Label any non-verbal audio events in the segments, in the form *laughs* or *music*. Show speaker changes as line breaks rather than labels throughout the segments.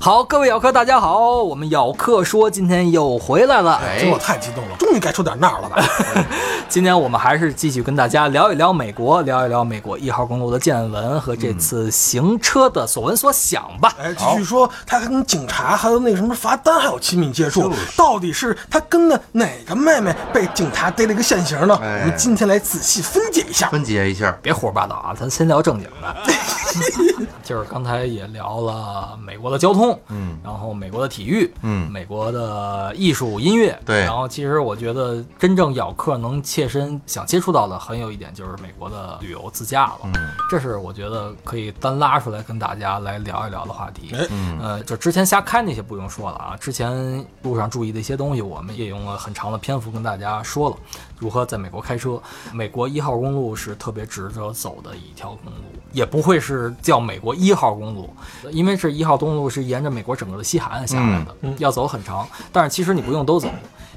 好，各位咬客，大家好，我们咬客说今天又回来
哎
了。
这哎我太激动了，终于该出点闹了
*laughs*
吧？
今天我们还是继续跟大家聊一聊美国，聊一聊美国一号公路的见闻和这次行车的所闻所想吧。
哎，据说他还跟警察还有那个什么罚单还有亲密接触，到底是他跟的哪个妹妹被警察逮了一个现行呢？
哎
我们今天来仔细分解一下。
分解一下。
别胡说八道啊，咱先聊正经的。 *laughs* 就是刚才也聊了美国的交通，嗯，然后美国的体育，
嗯
美国的艺术音乐，
对
然后其实我觉得真正咬客能切身想接触到的，很有一点就是美国的旅游自驾了。嗯，这是我觉得可以单拉出来跟大家来聊一聊的话题。
哎
呃，就之前瞎开那些不用说了啊，之前路上注意的一些东西，我们也用了很长的篇幅跟大家说了如何在美国开车。美国一号公路是特别值得走的一条公路，也不会是叫美国一号公路，因为这一号公路是沿着美国整个的西海岸下来的，要走很长。但是其实你不用都走，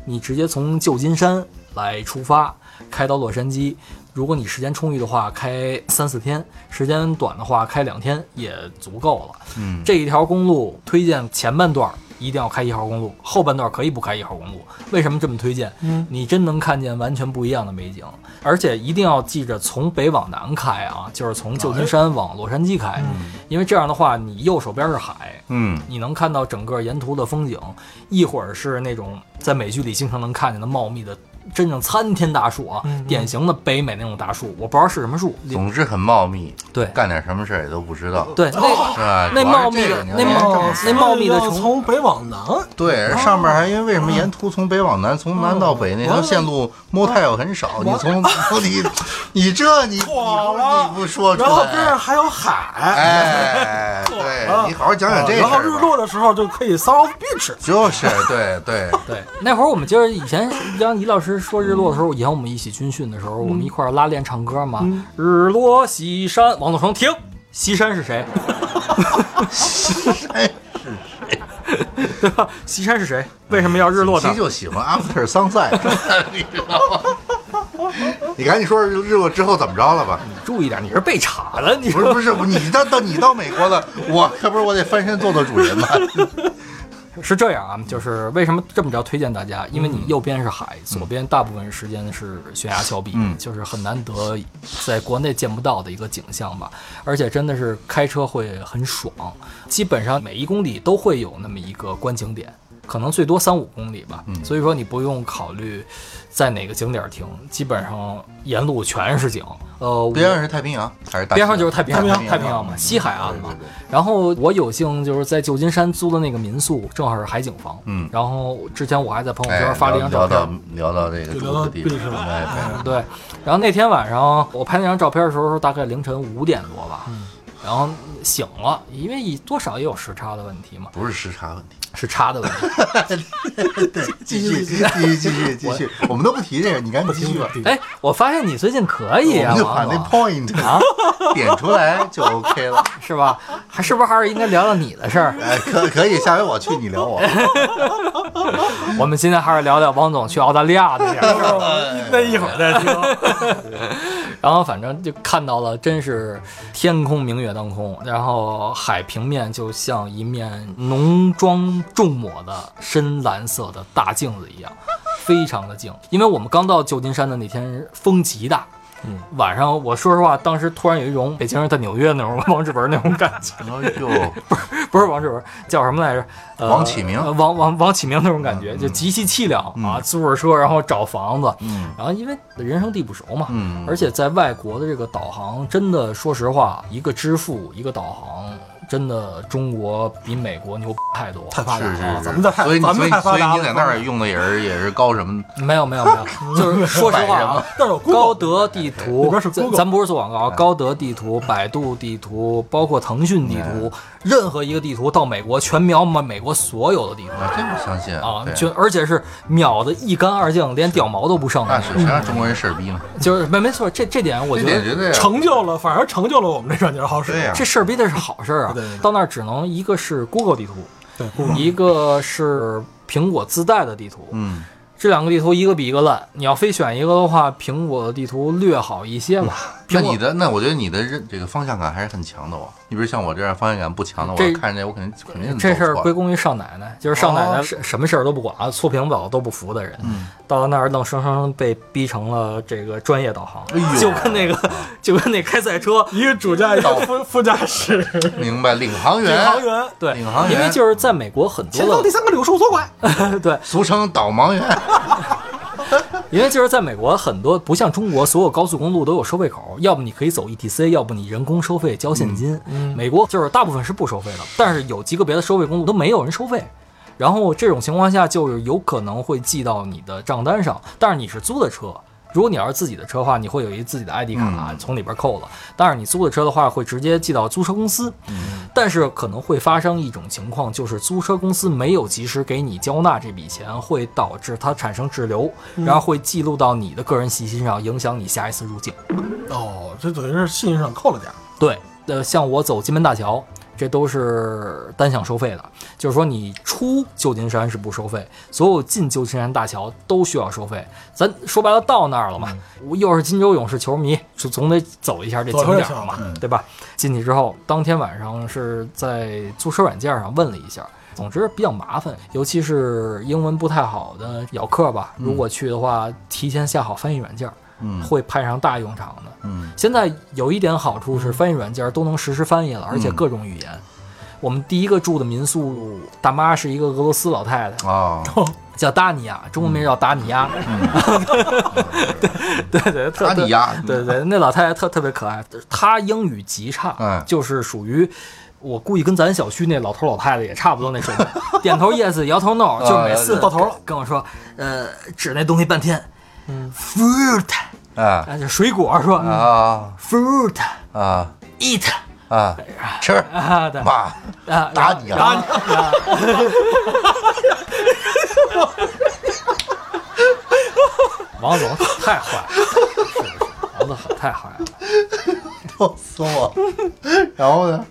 你直接从旧金山来出发，开到洛杉矶。如果你时间充裕的话，开三四天；时间短的话，开两天也足够了。
嗯，
这一条公路推荐前半段儿一定要开一号公路，后半段儿可以不开一号公路。为什么这么推荐？嗯，你真能看见完全不一样的美景，而且一定要记着从北往南开啊，就是从旧金山往洛杉矶开，因为这样的话，你右手边是海，
嗯，
你能看到整个沿途的风景，一会儿是那种在美剧里经常能看见的茂密的。真正参天大树啊，典型的北美那种大树，我不知道是什么树。
总之很茂密，
对
干点什么事儿也都不知道，
*laughs* 对，那
是吧？
那
主要
茂
是
密
这
的
个你要
那
连
茂那茂密的
要
城
哎从北往南，
对，而上面还因为为什么沿途从北往南，从南到
哦
北那条线路 motel 很少，你
*laughs*
从你你这你你
妥
不
了
你不说出
然后边上
来，
还有海，
哎，对你好好讲讲这事
然后日
儿吧，
落的时候就可以 South Beach。
就是对
*laughs*
对，
对，那会儿我们就是以前让尹老师说日落的时候，以前我们一起军训的时候，我们一块儿拉练唱歌嘛。日落西山，王自成停，西山是谁？
哎，
对吧？ *laughs* 西山是谁？为什么要日落
其
呢
实？就喜欢 after sunset，你 *laughs* 知道吗？你赶紧说日落之后怎么着了吧？
注意点，你是被查了，你
不是不是，你到到你到美国了，我可不是我得翻身做做主人吗？
是这样啊，就是为什么这么着推荐大家？因为你右边是海，左边大部分时间是悬崖峭壁，就是很难得在国内见不到的一个景象吧。而且真的是开车会很爽，基本上每一公里都会有那么一个观景点。可能最多三五公里吧，所以说你不用考虑在哪个景点停，基本上沿路全是景。呃，我
边上是太平洋还是大西
边
洋？
上就是太平洋，
太平洋嗯
太平洋嘛，西海岸嘛
对对对。
然后我有幸就是在旧金山租的那个民宿，正好是海景房。
嗯
然后之前我还在朋友
哎
圈发了一张照
聊
片
到。聊到这个
就
住
聊到
的地
地方
方，哎，
对，
对
然后那天晚上我拍那张照片的时候，大概凌晨五点多吧，
嗯
然后醒了，因为一多少也有时差的问题嘛，
不是时差问题。
时差的问题。
继续继续继续继续，我们都不提这个，你赶紧继续吧。
哎，我发现你最近可以
我
啊，
们就把
王
那
总
point *laughs* 点出来就 OK 了。
是吧？还是不是还是应该聊聊你的事儿？
哎，可可以，下回我去你
*laughs*
聊我。
哎我们今天还是聊聊王总去澳大利亚的这件事儿。
*laughs* *laughs* 那一会儿再听。
*laughs* 然后反正就看到了，真是天空明月当空，然后海平面就像一面浓妆重抹的深蓝色的大镜子一样，非常的静。因为我们刚到旧金山的那天风极大。嗯，晚上我说实话，当时突然有一种北京人在纽约那种王志文那种感觉，
哎呦，
不是王志文，叫什么来着？呃、
王启明
呃王王王启明那种感觉，就极其凄凉、啊！租着车，然后找房子，
嗯
然后因为人生地不熟嘛，
嗯
而且在外国的这个导航，真的说实话，一个支付一个导航真的中国比美国牛太多，啊
太发达
是
了，
是
咱们在
是，所以你
咱
所
们
以
太发
所以
达
你在那儿
了
用的也是也是高什么？
没有没有没有，就是说实话
百人
啊
嘛，
但是有高德地
里
图
边是，
咱
Google
咱不是做广
哎
告啊，高德地图、百度地图，包括腾讯地图，
哎
任何一个地图到美国全秒满美国所有的地图
我真不相信
啊，
对
就而且是秒的一干二净，连屌毛都不剩的
那
那
是
种。
谁让中国人事儿逼呢？
就是没没错，这这点我
这
觉
点
得
绝对啊
成就了，反而成就了我们这软件好使。
对呀啊
这事儿逼的是好事儿啊
对对对。
到那儿只能一个是 Google 地图，
对，Google
一个是苹果自带的地图，
嗯，
这两个地图一个比一个烂。你要非选一个的话，苹果的地图略好一些吧。
那
苹果
你的那我觉得你的认这个方向感还是很强的哦。你比如像我这样方向感不强的，
这
我看这我肯定肯定走
这事儿
错
归功于少奶奶，就是少奶
哦
奶是什么事儿都不管，啊，醋瓶子都不服的人，
嗯
到那儿愣生生被逼成了这个专业导航，
哎呦
就跟那个就跟那开赛车
一个主驾，一个副副驾驶，
明白领航员，
领航员。
对，
领航员
因为就是在美国很
前方
多
第三个柳树左拐，
的对，
俗称导盲
*laughs*
员，
因为就是在美国很多不像中国所有高速公路都有收费口，要么你可以走 ETC，要不你人工收费交现金。
嗯
美国就是大部分是不收费的，但是有极个别的收费公路都没有人收费。然后这种情况下，就是有可能会记到你的账单上，但是你是租的车。如果你要是自己的车的话，你会有一自己的 ID 卡从里边扣了。但是你租的车的话，会直接寄到租车公司。但是可能会发生一种情况，就是租车公司没有及时给你交纳这笔钱，会导致它产生滞留，然后会记录到你的个人信息上，影响你下一次入境。
哦，这等于是信任上扣了点儿。
对，呃，像我走金门大桥，这都是单向收费的，就是说你出旧金山是不收费，所有进旧金山大桥都需要收费。咱说白了到那儿了嘛，我又是金州勇士球迷，就总得嗯走一下这景点儿嘛，
嗯
对吧？进去之后，当天晚上是在租车软件上问了一下。总之比较麻烦，尤其是英文不太好的咬客吧，如果去的话，提前下好翻译软件儿，
嗯
会派上大用场的。
嗯，
现在有一点好处是，翻译软件都能实时翻译了，而且
嗯
各种语言。我们第一个住的民宿大妈是一个俄罗斯老太太，
哦，嗯
叫达尼亚，中文名叫达尼亚。 *laughs* 对对 *laughs* 对，特
达尼亚
对对对，那老太太特特别可爱，她英语极差，
哎
就是属于。我估计跟咱小区那老头老太太也差不多那水平，点头 yes，摇头
*laughs*
no，
啊
就是每次
到头了
跟我说，呃，指那东西半天，fruit，
哎
啊，就水果说
啊
fruit
啊
eat，
啊，吃
啊，对，
妈，
啊，
打你啊
然后然后王总太坏了，是不是？王总太坏了。
逗死我！然后呢，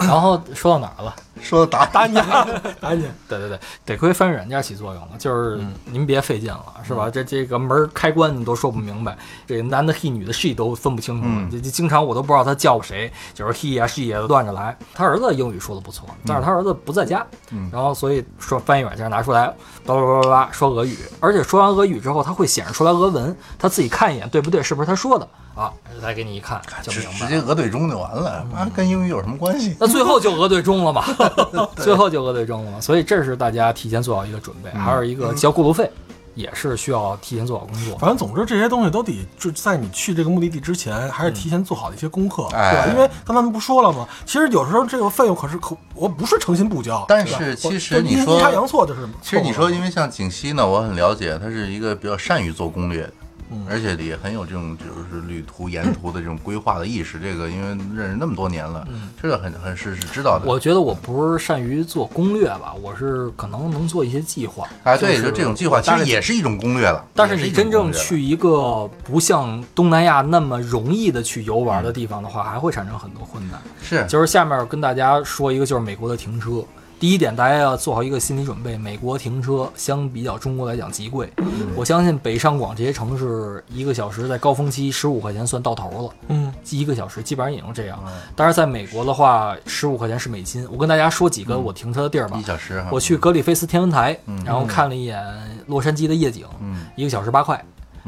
然后说到哪儿了？
说打打你，
*laughs* 赶紧，
对对对，得亏翻译软件起作用了，就是您别费劲了，是吧？这这个门儿开关你都说不明白，这男的 he 女的 she 都分不清楚了，这、这经常我都不知道他叫谁，就是 he 啊 she 啊乱着来。他儿子英语说的不错，但是他儿子不在家，然后所以说翻译软件拿出来，叭叭叭叭叭说俄语，而且说完俄语之后，他会显示出来俄文，他自己看一眼对不对，是不是他说的啊？再给你一看就
直
明白
直
了。
接俄对中就完了，妈跟英语有什么关系？
那最后就俄对中了嘛，最后就俄对中了嘛，所以这是大家提前做好一个准备，
嗯
还有一个交过路费，也是需要提前做好工作。
反正总之这些东西都得就在你去这个目的地之前，还是提前做好的一些功课，
嗯哎
对吧？因为刚才咱们不说了吗？其实有时候这个费用可是可我不是诚心不交，
但
对吧
是
我
其实
就
你
阴
说
阴差阳错就是。
其实你说，因为像景熙呢，我很了解，他是一个比较善于做攻略的，
嗯
而且也很有这种就是旅途沿途的这种规划的意识。这个因为认识那么多年了，这个很很是是知道的。
嗯我觉得我不是善于做攻略吧，我是可能能做一些计划。
哎，对，
是
就这种计划其
大概
实也是一种攻略了。
但是
也
你
一种
真正
攻略了
去一个不像东南亚那么容易的去游玩
嗯
的地方的话，还会产生很多困难。
是
就是下面跟大家说一个，就是美国的停车。第一点，大家要做好一个心理准备，美国停车相比较中国来讲极贵。我相信北上广这些城市，一个小时在高峰期十五块钱算到头了，
嗯，
一个小时基本上也就这样。但是在美国的话，十五块钱是美金。我跟大家说几个我停车的地儿吧。
一小时哈，嗯
我去格里菲斯天文台，然后看了一眼洛杉矶的夜景，一个小时八块。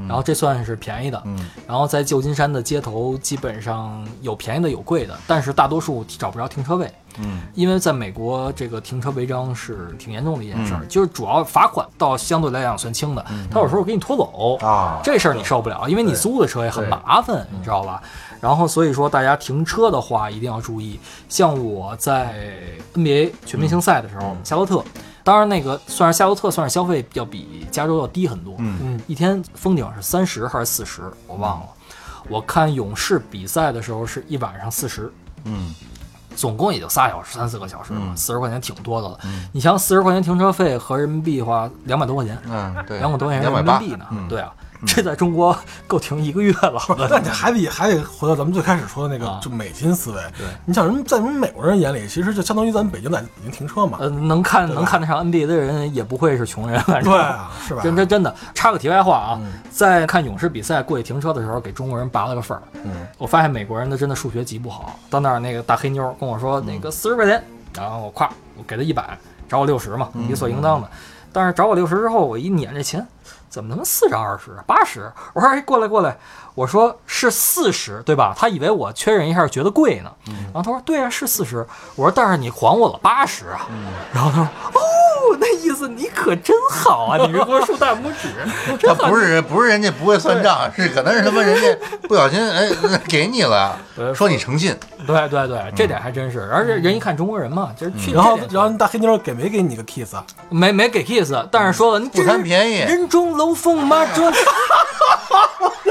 然后这算是便宜的。
嗯
然后在旧金山的街头，基本上有便宜的有贵的，但是大多数找不着停车位，
嗯
因为在美国这个停车违章是挺严重的一件事儿，
嗯
就是主要罚款倒相对来讲算轻的，他有时候给你拖走，
啊，
这事儿你受不了，因为你租的车也很麻烦，你知道吧？然后所以说大家停车的话一定要注意。像我在 NBA 全明星赛的时
嗯
候，夏洛特，当然那个算是夏洛特，算是消费要比加州要低很多，
嗯
嗯，
一天封顶是三十还是四十，我忘了。我看勇士比赛的时候是一晚上四十，
嗯
总共也就仨小时，三四个小时嘛，
嗯
四十块钱挺多的了。
嗯
你想四十块钱停车费合人民币的话，两百多块钱，
嗯，对，
两百多块钱人
百
民
八
币呢。
嗯，
对啊，这在中国够停一个月了。
不是，那你还得还得回到咱们最开始说的那
啊
个，就美金思维。
对
你想，人在我们美国人眼里，其实就相当于咱们北京在北京停车嘛。
呃，能看
对吧
能看得上 NBA 的人也不会是穷人，反正
对啊，是吧？
真真真的，插个题外话啊，在看勇士比赛过去停车的时候，给中国人拔了个分儿。
嗯，
我发现美国人的真的数学极不好，到那儿那个大黑妞跟我说
嗯
那个四十块钱，然后我咵我给他一百，找我六十嘛，
嗯
理所应当的。但是找我六十之后，我一撵这钱，怎么他妈四张二十八十？ *laughs* 我说哎过来过来，我说是四十对吧？他以为我确认一下觉得贵呢，
嗯
然后他说对呀、是四十，我说但是你还我了八十啊，
嗯
然后他说哦那意思你可真好啊，你是给我竖大拇指， *laughs*
他
真好
不是人，不是人家不会算账，是可能是他妈人家不小心哎给你了
对，
说你诚信，
对对对，这点还真是。而且人一看中国人嘛，就是去这
嗯然后
点
然后大黑妞给没给你个 kiss 啊？
没没给 kiss，但是说了你
嗯不贪便宜
真是人中楼凤
*laughs*
妈中，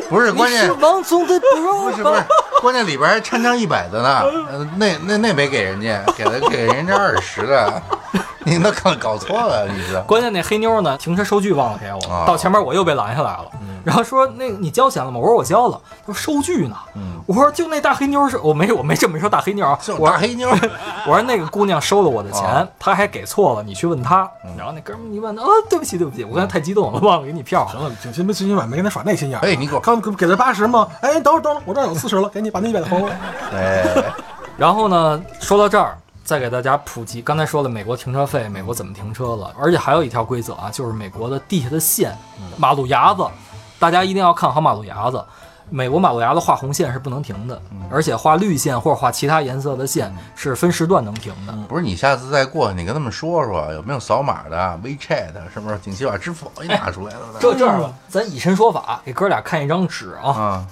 不是
你
关键
是王总的
不
bro
是不是，关键里边还掺张一百
*laughs*
的呢，呃那那那没给人家，给了给人家二十的， *laughs* 你那搞搞错了，你知道？
关键那黑妞呢，停车收据忘了给我，
啊嗯
到前面我又被拦下来了，然后说那个你交钱了吗？我说我交了，他说收据呢？我说就那大黑妞是，我没我没这么说大黑妞啊，
嗯就
我
大黑妞，
我说那个姑娘收了我的钱
啊，嗯
她还给错了，你去问她。然后那哥们儿一问，哦，对不起对不起，我刚才太激动了，忘了给你票了
行。了，挺心没最起码没跟他耍那心眼儿。
哎你给我
刚给他八十吗？哎，等会儿等会儿，我这儿有四十了，给你把那一百的还我。
哎， *laughs*
然后呢，说到这儿，再给大家普及，刚才说了美国停车费，美国怎么停车了，而且还有一条规则啊，就是美国的地下的线、
嗯
马路牙子，大家一定要看好马路牙子。美国马路牙子画红线是不能停的，
嗯
而且画绿线或者画其他颜色的线是分时段能停的。
嗯
不是你下次再过去，你跟他们说说有没有扫码的 WeChat，是啊不是？景熙把支付宝也拿出来了，
这这样吧，咱以身说法，给哥俩看一张纸啊，
*laughs* 啊，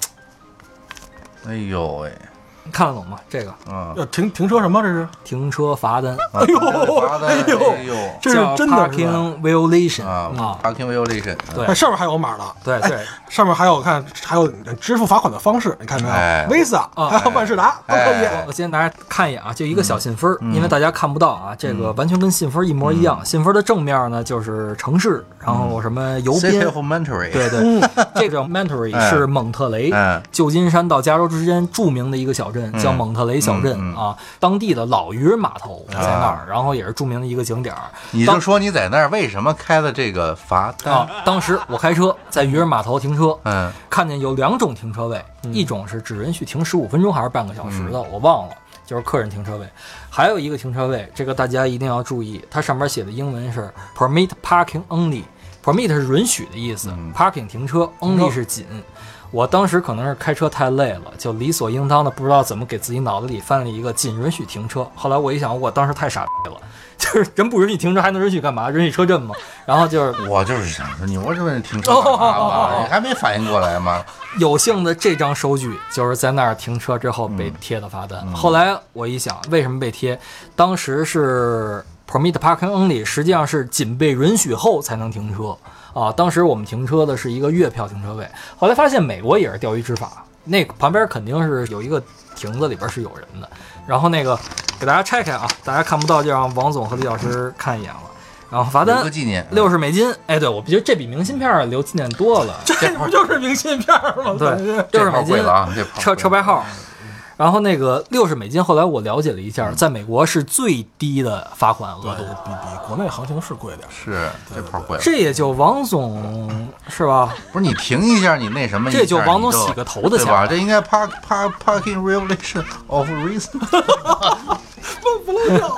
哎呦喂，
嗯
看得懂吗？这个
啊，
呃，停停车什么？这是
停车罚单
哎
呦
哎
哎
呦
这是
叫
真的是吧？
parking violation
啊
啊，
，Parking violation，
对
哎，上面还有码呢。
对对
哎，上面还有看还有支付罚款的方式，你看没有
哎
？Visa
啊
还有万事达都可以。
哎
我先大家看一眼啊，就一个小
嗯
信封儿，因为大家看不到啊，这个完全跟信封一模一
嗯
样。信封的正面呢就是城市，然后什么邮
，City
编
of，Mentory，
对对，这个叫 Mentory
嗯哎
是蒙特雷
哎，
旧金山到加州之间著名的一个小镇，叫蒙特雷小镇
嗯嗯啊
啊，当地的老渔人码头在那儿，然后也是著名的一个景点儿。
你
当
就说你在那儿为什么开的这个罚单？
啊，当时我开车在渔人码头停车，
嗯
看见有两种停车位，一种是只允许停十五分钟还是半个小时的，我忘了，就是客人停车位。还有一个停车位，这个大家一定要注意，它上面写的英文是 permit parking only。permit 是允许的意思、p a r k i n g 嗯停车，only 是仅。我当时可能是开车太累了，就理所应当的不知道怎么给自己脑子里翻了一个仅允许停车。后来我一想，我当时太傻逼了， *laughs* 就是人不允许停车还能允许干嘛？允许车阵吗？然后就是
*laughs* 我就是想说，你我这边停车干
哦
嘛了？你还没反应过来吗？
有幸的这张收据就是在那儿停车之后被贴的罚单。后来我一想，为什么被贴？当时是 permit parking only，实际上是仅被允许后才能停车啊。当时我们停车的是一个月票停车位，后来发现美国也是钓鱼执法，那个旁边肯定是有一个亭子，里边是有人的。然后那个给大家拆开啊，大家看不到，就让王总和李老师看一眼了。然后罚
留
单
个纪念。
六十美金，哎，对我觉得这比明信片儿留纪念多了。
这不就是明信片吗？
对，六
这
十
炮
美金
贵了啊！这炮贵
车车牌号。然后那个六十美金，后来我了解了一下，在美国是最低的罚款额度
比。比国内行情是贵点儿。
是这炮贵了，
这也就王总是吧？
不是你停一下，你那什么一下？
这就王总
你
洗个头的
对
钱
吧？这应该 park park parking
*laughs*
regulation of reason。
不不漏掉。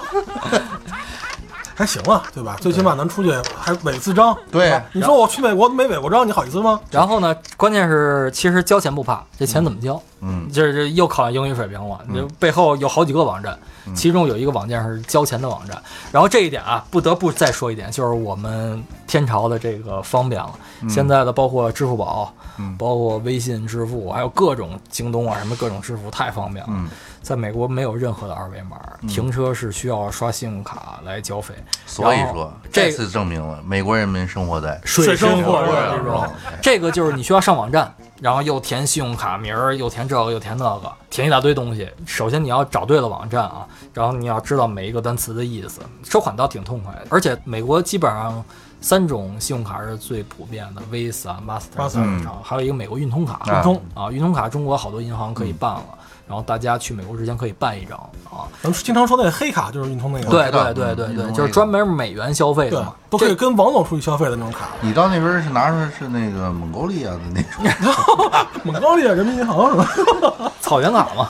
还行啊，对吧？最起码咱出去还违次章。
对
吧你说我去美国没违过章，你好意思吗？
然后呢，关键是其实交钱不怕，这钱怎么交？
嗯，
这这又考验英语水平了。你就背后有好几个网站，
嗯
其中有一个网站是交钱的网站。然后这一点啊，不得不再说一点，就是我们天朝的这个方便了。现在的包括支付宝，
嗯
包括微信支付，还有各种京东啊什么各种支付，太方便了。
嗯
在美国没有任何的二维码，停车是需要刷信用卡来交费。
所以
然后
说
这
这次证明了美国人民生活在
水深火热
这
这
种
种，
这个就是你需要上网站，然后又填信用卡名儿，又填这个又填那个，填一大堆东西。首先你要找对了网站啊，然后你要知道每一个单词的意思。收款倒挺痛快的，而且美国基本上三种信用卡是最普遍的，Visa、Master，
Master
然后还有一个美国运通卡。
嗯啊嗯
通
啊，运通卡中国好多银行可以办了，然后大家去美国之前可以办一张啊。
咱们经常说那个黑卡就是运通那个，
对
知道
对对对
嗯运
对，
通
就是
那个
专门美元消费的
对
嘛，，
都可以跟王总出去消费的那种卡。
你到那边是拿出来是那个蒙古利亚的那
*laughs*
种，
蒙高丽人民银行是吧？
草原卡嘛，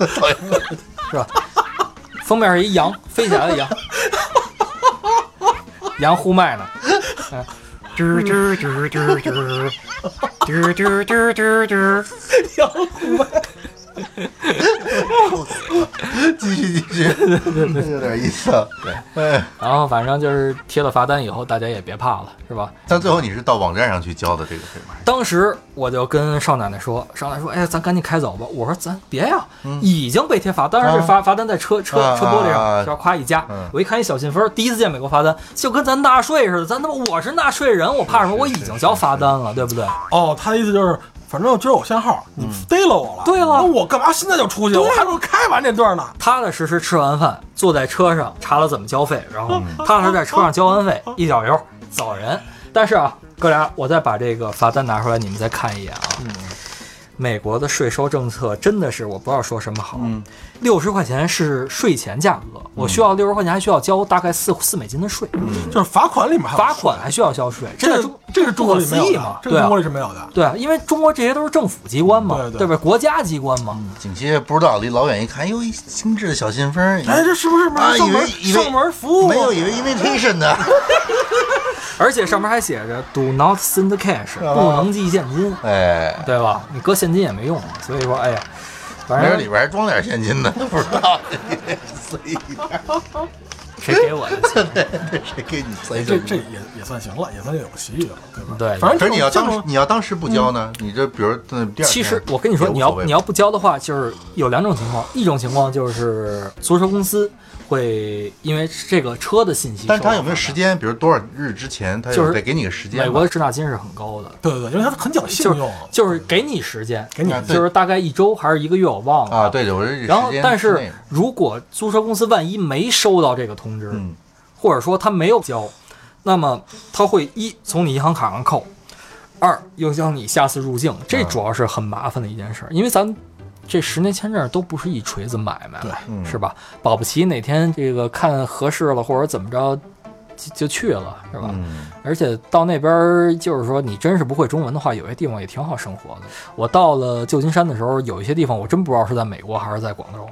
是吧？封面是一羊，飞起来
*laughs*
的羊，羊呼麦呢，
嘟嘟嘟嘟嘟，嘟嘟嘟嘟嘟。
继续继续，有点意思啊。对，哎，
然后反正就是贴了罚单以后，大家也别怕了，是吧？
但最后你是到网站上去交的这个费吗？
当时我就跟少奶奶说，少奶奶说，哎呀，咱赶紧开走吧。我说咱别呀、
嗯
已经被贴罚，当然是罚、罚单在车车
啊
车玻璃
啊
上，
啊
就夸一加。
嗯
我一看一小信封，第一次见美国罚单，就跟咱纳税似的，咱他妈我是纳税人，我怕什么？
是
我已
是
经
是
交罚单了，对不对？
哦，他的意思就是，反正今儿我限号，你
嗯
逮了我了。
对了
那我干嘛现在就出去？我还不如开完这段呢。
踏踏实实吃完饭，坐在车上查了怎么交费，然后
哦
踏踏实实在车上交完费，一脚油走人。但是啊，哥俩，我再把这个罚单拿出来，你们再看一眼啊。
嗯
美国的税收政策真的是我不知道说什么好。
嗯
六十块钱是税前价格，我需要六十块钱，还需要交大概四四美金的税，
就是罚款里面还有
罚款还需要交税，
嗯这
在
个
中
这是中国
不可
里
思
没有
议
的
嘛，？
这个
对
中
啊
国。里是没有的。
对啊，因为中国这些都是政府机关嘛，
对对嗯
不对？国家机关嘛，
景熙不知道，离老远一看，哎哟，一精致的小信封，
哎，这是不是
啊，
门
以
上
为
门
以为
上门服务？
没有，以为 invitation
*laughs*
呢。
而且上面还写着 “Do not send cash”，不能寄现金。
哎，
对吧？你搁现金也没用，所以说，哎呀，反
没准里
正
边还装点现金呢，都不知道。
*laughs*
塞一点，
谁给我的钱？
*laughs* 哎这谁给你塞
这
进去
这也也算行了，也算有喜剧了，对吧？
对
反正这
可是你要
种这
当时
种
你要当时不交呢，你这比如那第二天
嗯其实我跟你说，
也无
你
所
要
谓
你要不交的话，就是有两种情况，一种情况就是租车公司会因为这个车的信息，
但是他有没有时？间？比如多少日之前，他
就是
得给你个时间吧。
美国的滞纳金是很高的，
对对对，因为他很讲信
就是
用，
就是给你时间，
给你
啊对
就是大概一周还是一个月，我忘了
啊，。对对，我这
然后
时间，
但
之
是
内
如果租车公司万一没收到这个通知，
嗯
或者说他没有交，那么他会一从你银行卡上扣，二影响你下次入境，
嗯
这主要是很麻烦的一件事，因为咱。这十年签证都不是一锤子买卖了，
嗯
是吧？保不齐哪天这个看合适了，或者怎么着，就就去了，是吧？
嗯，
而且到那边儿，就是说你真是不会中文的话，有些地方也挺好生活的。我到了旧金山的时候，有一些地方我真不知道是在美国还是在广州，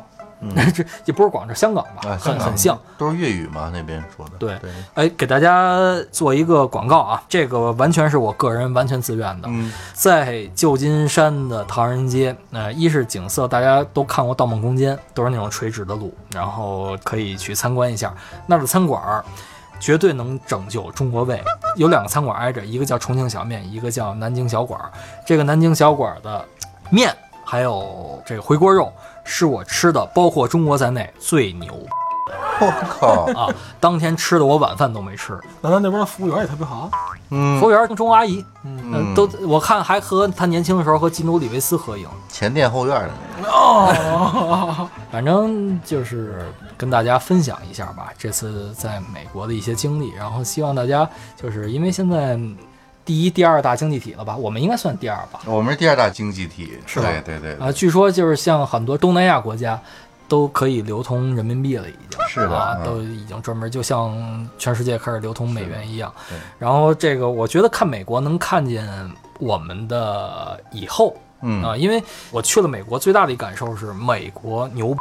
*laughs* 这也不是广州，香港吧，
啊嗯香
很
港
很像。
都是粤语嘛，那边说的。
对
对，
哎，给大家做一个广告啊，这个完全是我个人完全自愿的。
嗯，
在旧金山的唐人街，呃，一是景色，大家都看过《盗梦空间》，都是那种垂直的路，然后可以去参观一下那儿的餐馆儿。绝对能拯救中国胃。有两个餐馆挨着，一个叫重庆小面，一个叫南京小馆儿。这个南京小馆儿的面还有这个回锅肉，是我吃的，包括中国在内最牛
我靠，
*laughs* 啊！当天吃的我晚饭都没吃，
南南那边的服务员也特别好，
嗯
服，务员跟中国阿姨，
嗯
嗯，都我看还和他年轻的时候和基努里维斯合影，
前店后院的那
反正就是跟大家分享一下吧，这次在美国的一些经历，然后希望大家就是因为现在第一、第二大经济体了吧，我们应该算第二吧，
个，我们是第二大经济体，
是吧
对对对，
啊，据说就是像很多东南亚国家都可以流通人民币了，已经
是的
啊，
嗯
都已经专门就像全世界开始流通美元一样
是的。
然后这个我觉得看美国能看见我们的以后啊，
嗯，
因为我去了美国，最大的一感受是美国牛，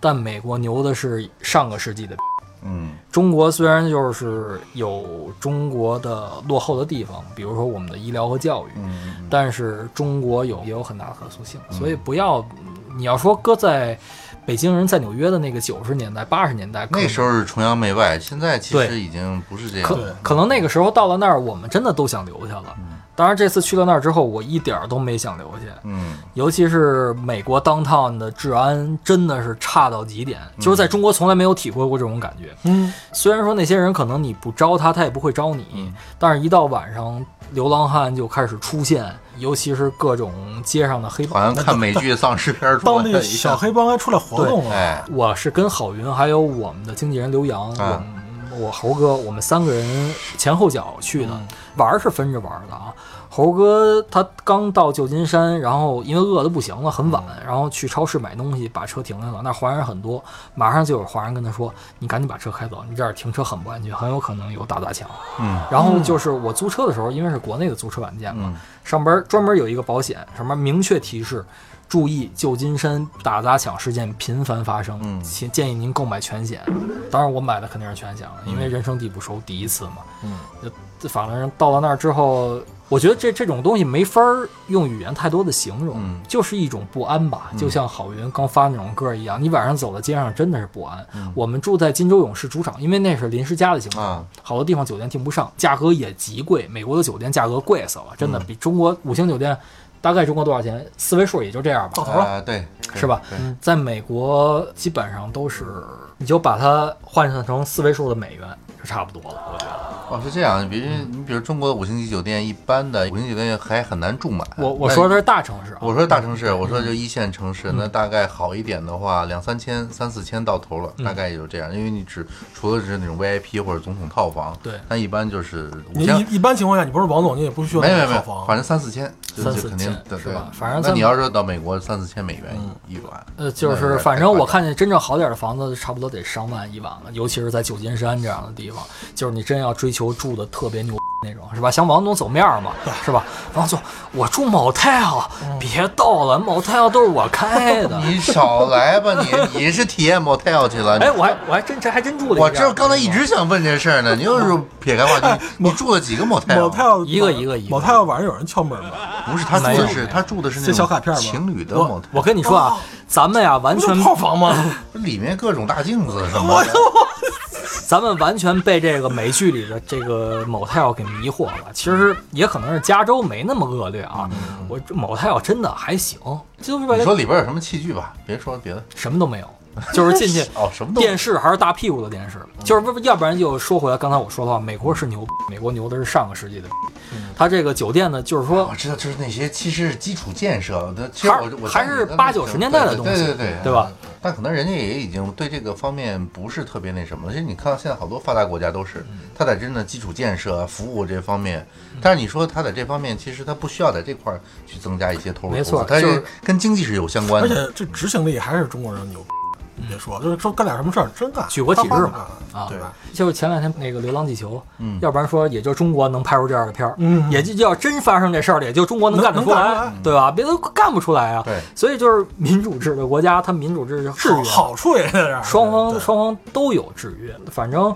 但美国牛的是上个世纪的，
嗯
中国虽然就是有中国的落后的地方，比如说我们的医疗和教育，
嗯
但是中国有也有很大的可塑性，所以不要你要说搁在北京人在纽约的那个九十年代、八十年代，可
那
能
时候是崇洋媚外，现在其
对
实已经不是这样
可
了。
可能那个时候到了那儿，我们真的都想留下了。当然，这次去了那儿之后，我一点儿都没想留下。
嗯，
尤其是美国 downtown 的治安真的是差到极点，就是在中国从来没有体会过这种感觉。
嗯，
虽然说那些人可能你不招他，他也不会招你，但是一到晚上，流浪汉就开始出现，尤其是各种街上的黑
好
帮。
像看美剧丧尸片儿出
当
来
那
哎一样
个小黑帮还出来活动了，
哎，
我是跟郝云还有我们的经纪人刘洋，
啊
我们我猴哥，我们三个人前后脚去的，玩儿是分着玩儿的啊。猴哥他刚到旧金山，然后因为饿得不行了，很晚，然后去超市买东西，把车停下了。那儿华人很多，马上就有华人跟他说：“你赶紧把车开走，你这儿停车很不安全，很有可能有打砸抢。”
嗯，
然后就是我租车的时候，因为是国内的租车软件嘛，上边儿专门有一个保险，上面明确提示。注意，旧金山打砸抢事件频繁发生，
嗯
请建议您购买全险。当然，我买的肯定是全险了，
嗯
因为人生地不熟，第一次嘛。嗯，就反正到了那儿之后，我觉得这这种东西没法儿用语言太多的形容，
嗯
就是一种不安吧，就像郝云刚发那种歌一样，你晚上走在街上真的是不安。我们住在金州勇士主场，因为那是临时加的情况，
啊
好多地方酒店订不上，价格也极贵。美国的酒店价格贵死了，真的比中国五星酒店大概中国多少钱？四位数也就这样吧。
头了
啊，对，对
是吧？
对
在美国基本上都是，你就把它换算成四位数的美元就差不多了，我觉得。
哦，是这样，比如你比如中国的五星级酒店，一般的五星级酒店还很难住满。
我我
那
说的是嗯大城市啊，
哎我说大城市，我说就一线城市，那大概好一点的话，两三千、三四千到头了，大
嗯
概也就这样。因为你只除了是那种 VIP 或者总统套房，
对
那一般就是五
你
千，
一一般情况下，你不是王总，你也不需要
没有没有
那
没
个套
有，反
房。
正三四千，就
三
就
四
肯定
千
对
是吧
对
反正
那
在
你要是到美国，三四千美元一晚，
呃，就
那有
是
点
反
太
正
夸
我
张。
看见真正好点的房子，差不多得上万一晚了，尤其是在旧金山这样的地方，就是你真要追求住的特别牛那种，是吧？像王总走面儿嘛，是吧？王总，我住 motel，别逗了，motel 都是我开的
嗯你少来吧
*laughs*
你，你是体验 motel 去了？
哎，我还我还真这还真住了一
我
家
这刚才一直想问这事儿呢，你又
嗯
是撇开话
哎
题，你住了几个 motel？
某泰尔
一个一个一个
某泰尔晚上有人敲门吗？
不是他住
没有
的
没有
是他住的是那
是
种
小卡片吗
情侣的
我
motel，
我跟你说
哦
啊，咱们呀完
不是
全
套房吗？
里面各种大镜子什么的。
咱们完全被这个美剧里的这个 motel 给迷惑了。其实也可能是加州没那么恶劣啊，我这 motel 真的还行，就是为
嗯你
了
说里边有什么器具吧？别说别的，
什么都没有， *laughs* 就是进去
哦，什么都嗯
电视还是大屁股的电视，就是不要不然就说回来刚才我说的话，美国是牛逼，美国牛的是上个世纪的逼，
嗯
它这个酒店呢，就是说
我知道，就是那些其实是基础建设，那啊其实
还
我我
还是八九十年代的东西
对对对对，
对吧？
但可能人家也已经对这个方面不是特别那什么了。其实你看到现在好多发达国家都是，
嗯
他在真的基础建设、啊服务这方面，但是你说他在这方面，其实他不需要在这块儿去增加一些投入，
没错
他
就是
跟经济是有相关
而且
的。
这执行力还是中国人牛逼。你别说，就是说干点什么事儿真干，
嗯举国体制嘛
当官
嗯
干
啊
对吧？
就是前两天那个《流浪地球》，嗯，要不然说也就中国能拍出这样的片儿，
嗯
也就要真发生这事儿了，也就中国能干得出
能能干出
来
来，
对吧？别的干不出来啊。
对
所以就是民主制的国家，它民主制是制
是
约的
好处也在这儿。
双方
对
双方都有制约。反正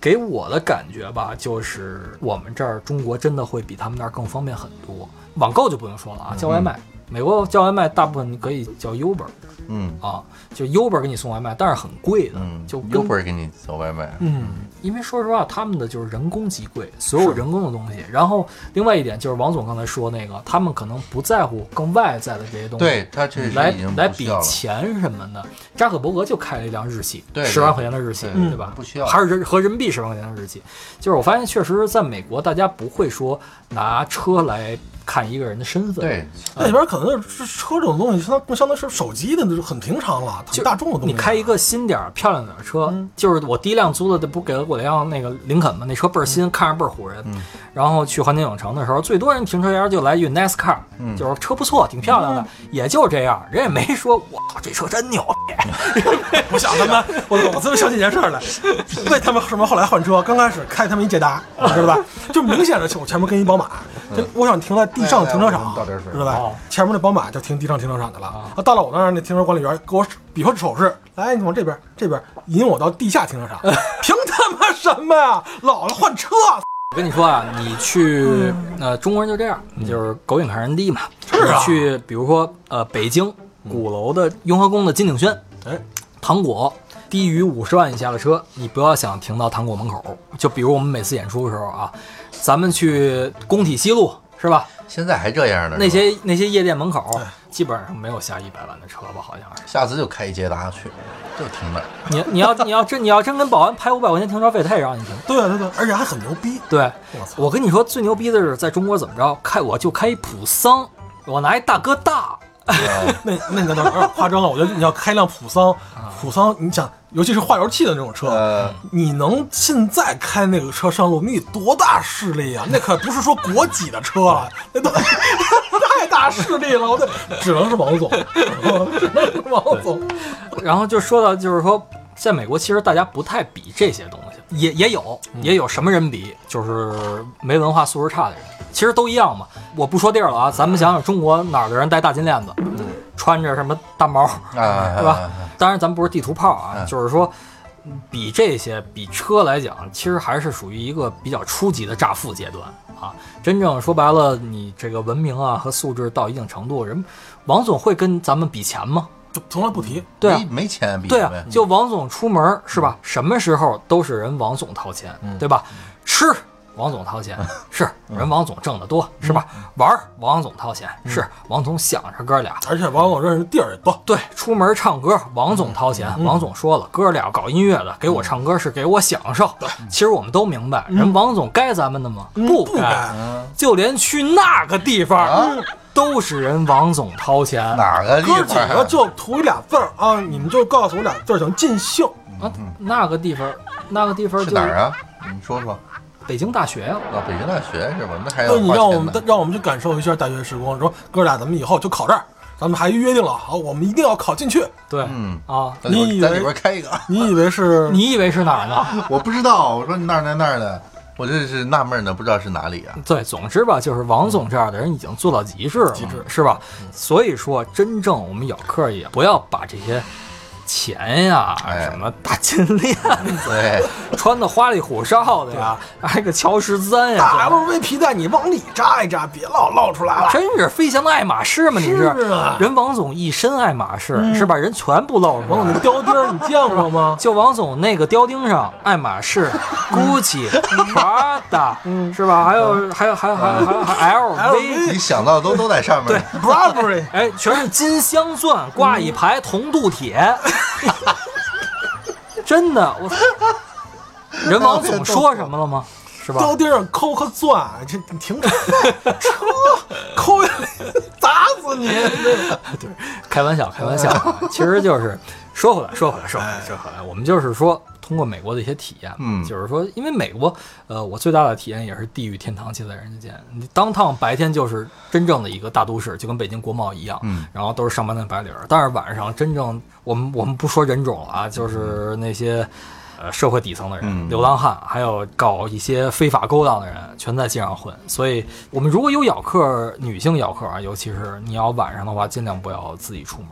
给我的感觉吧，就是我们这儿中国真的会比他们那儿更方便很多。网购就不用说了啊，叫外卖，美国叫外卖大部分你可以叫 Uber
嗯
啊，就 Uber 给你送外卖，但是很贵的，
嗯，
就
一
跟
会儿给你送外卖。
嗯，
因为说实话，他们的就是人工极贵，所有人工的东西。然后另外一点就是王总刚才说那个，他们可能不在乎更外在的这些东西，
对他确实
来
已经
来
不需
比
要了。
钱什么的。扎克伯格就开了一辆日系，
对
十万块钱的日系，
对
嗯
对
对
吧？
不需要
还是人和人民币十万块钱的日系。就是我发现，确实在美国，大家不会说拿车来看一个人的身份，
对，
那里边可能是车这种东西，相当相当是手机的，那就很平常了，
就
很大众的东西。
你开一个新点儿、漂亮点儿车，
嗯
就是我第一辆租的，不给了我一辆那个林肯嘛，那车倍儿新，
嗯
看着倍儿唬人。
嗯
然后去环球影城的时候，最多人停车员就来一句 nice car，、就是
嗯
车不错，挺漂亮
嗯
的，也就这样，人也没说我靠这车真牛逼。
我想他们， *laughs* 我我特别想起一件事儿来，为他们什么后来啊嗯换车，刚开始开他们一捷达，你知道吧？就明显的我前面跟一宝马，就我想停在地上停车场
哎哎我给你倒点，水
知道吧
哦？
前面那宝马就停地上停车场去了啊。到了我那儿，那停车管理员给我比划手势，来，你往这边，这边引我到地下停车 *laughs* 场。凭他妈什么呀？老了换车，
我跟你说啊，你去呃，中国人就这样，你就是狗眼看人低嘛。是
啊
去比如说呃，北京鼓楼的雍和宫的金鼎轩，
哎，
糖果低于五十万以下的车，你不要想停到糖果门口。就比如我们每次演出的时候啊，咱们去工体西路是吧？
现在还这样呢？
那
是吧
些那些夜店门口，基本上没有下一百万的车吧？好像是。
下次就开一捷达去，就停
*laughs*
那儿。
你你要你要真你要真跟保安拍五百块钱停车费，他也让你停。
对啊对对，而且还很牛逼。
*laughs* 对，
我操
我跟你说最牛逼的是，在中国怎么着开我就开一普桑，我拿一大哥大，
那那个倒是有点夸张啊了，我觉得你要开辆普桑，普桑，你想，尤其是化油器的那种车，
呃，
你能现在开那个车上路，你得多大势力啊？那可不是说国几的车了，那都 *laughs* 太大势力了，我得 *laughs* 只能是王总，只能是王总。 *laughs*
然后就说到就是说，在美国其实大家不太比这些东西，也也有也有什么人比，就是没文化素质差的人，其实都一样嘛。我不说地儿了啊，咱们想想中国哪儿的人戴大金链子，穿着什么大毛，
啊，
对吧？当然，咱不是地图炮啊，
嗯
就是说，比这些比车来讲，其实还是属于一个比较初级的乍富阶段啊。真正说白了，你这个文明啊和素质到一定程度，人王总会跟咱们比钱吗？
就从来不提，
对啊
没，没钱比嗯
对啊
呗，
就王总出门儿是吧？什么时候都是人王总掏钱，
嗯
对吧？吃王总掏钱，是人王总挣得多，是吧？
嗯
玩儿王总掏钱，是王总想着哥俩，
而且王总认识的地儿也多，
对，出门唱歌，王
嗯
总掏钱。王总说了，哥俩搞音乐的给我唱歌是给我享受。其实我们都明白，
嗯
人王总该咱们的吗？不
嗯不
该，
哎该。
啊
就连去那个地方，都是人王总掏钱。啊，
哪个地
哥几
方
个
啊？
就图一俩字儿啊，你们就告诉我俩字儿，想尽兴。
啊那个地方，那个地方
嗯是
就
哪儿啊？你说哎说
北京大学呀。
啊，北京大学是吧？那还要
那你让
花
我
钱
们
呢。
让我们去感受一下大学时光，说哥俩咱们以后就考这儿，咱们还约定了，好，我们一定要考进去。
对，
嗯
啊，
在里
你以
边在
为
里边开一个， *laughs*
你以为是
你以为是哪儿呢？
我不知道。我说你那儿那儿那儿的，我这是纳闷呢，不知道是哪里 *laughs* 啊。
对，总之吧，就是王总这样的人已经做到极致了，
极致
是吧？所以说，真正我们咬客也不要把这些钱呀、
哎
什么大金链子、
对，
穿的花里胡哨的呀，还个乔十三
*laughs* 大
呀，
LV 皮带，你往里扎一扎，别老露出来了。
真是飞翔的爱马仕嘛！你是
是啊
人王总一身爱马仕是吧？人全部露出
王总，
来
那。雕钉儿你见过
*laughs*
吗？*laughs*
就王总那个雕钉上，爱马仕、GUCCI、Prada 是吧？还有还有还有还有还有还有 LV
你想到的都都在上面。对，
*laughs* Burberry，
哎，全是金镶钻，挂一排铜镀铁，
*laughs*
真的，我人王总说什么了吗？是吧？
雕钉上抠 *laughs* 颗钻，这你停 *laughs* 车车 *laughs* 抠下来砸死你！嗯
开玩笑，开玩笑啊，
哎
其实就是说回来，说回来，说回来，说回来，我们就是说通过美国的一些体验，
嗯
就是说，因为美国，呃，我最大的体验也是地狱天堂，尽在人世间。你当趟白天就是真正的一个大都市，就跟北京国贸一样，
嗯
然后都是上班的白领儿，但是晚上真正我们我们不说人种了啊，就是那些。呃，社会底层的人、
嗯
流浪汉，还有搞一些非法勾当的人，全在街上混。所以，我们如果有咬客，女性咬客啊，尤其是你要晚上的话，尽量不要自己出门。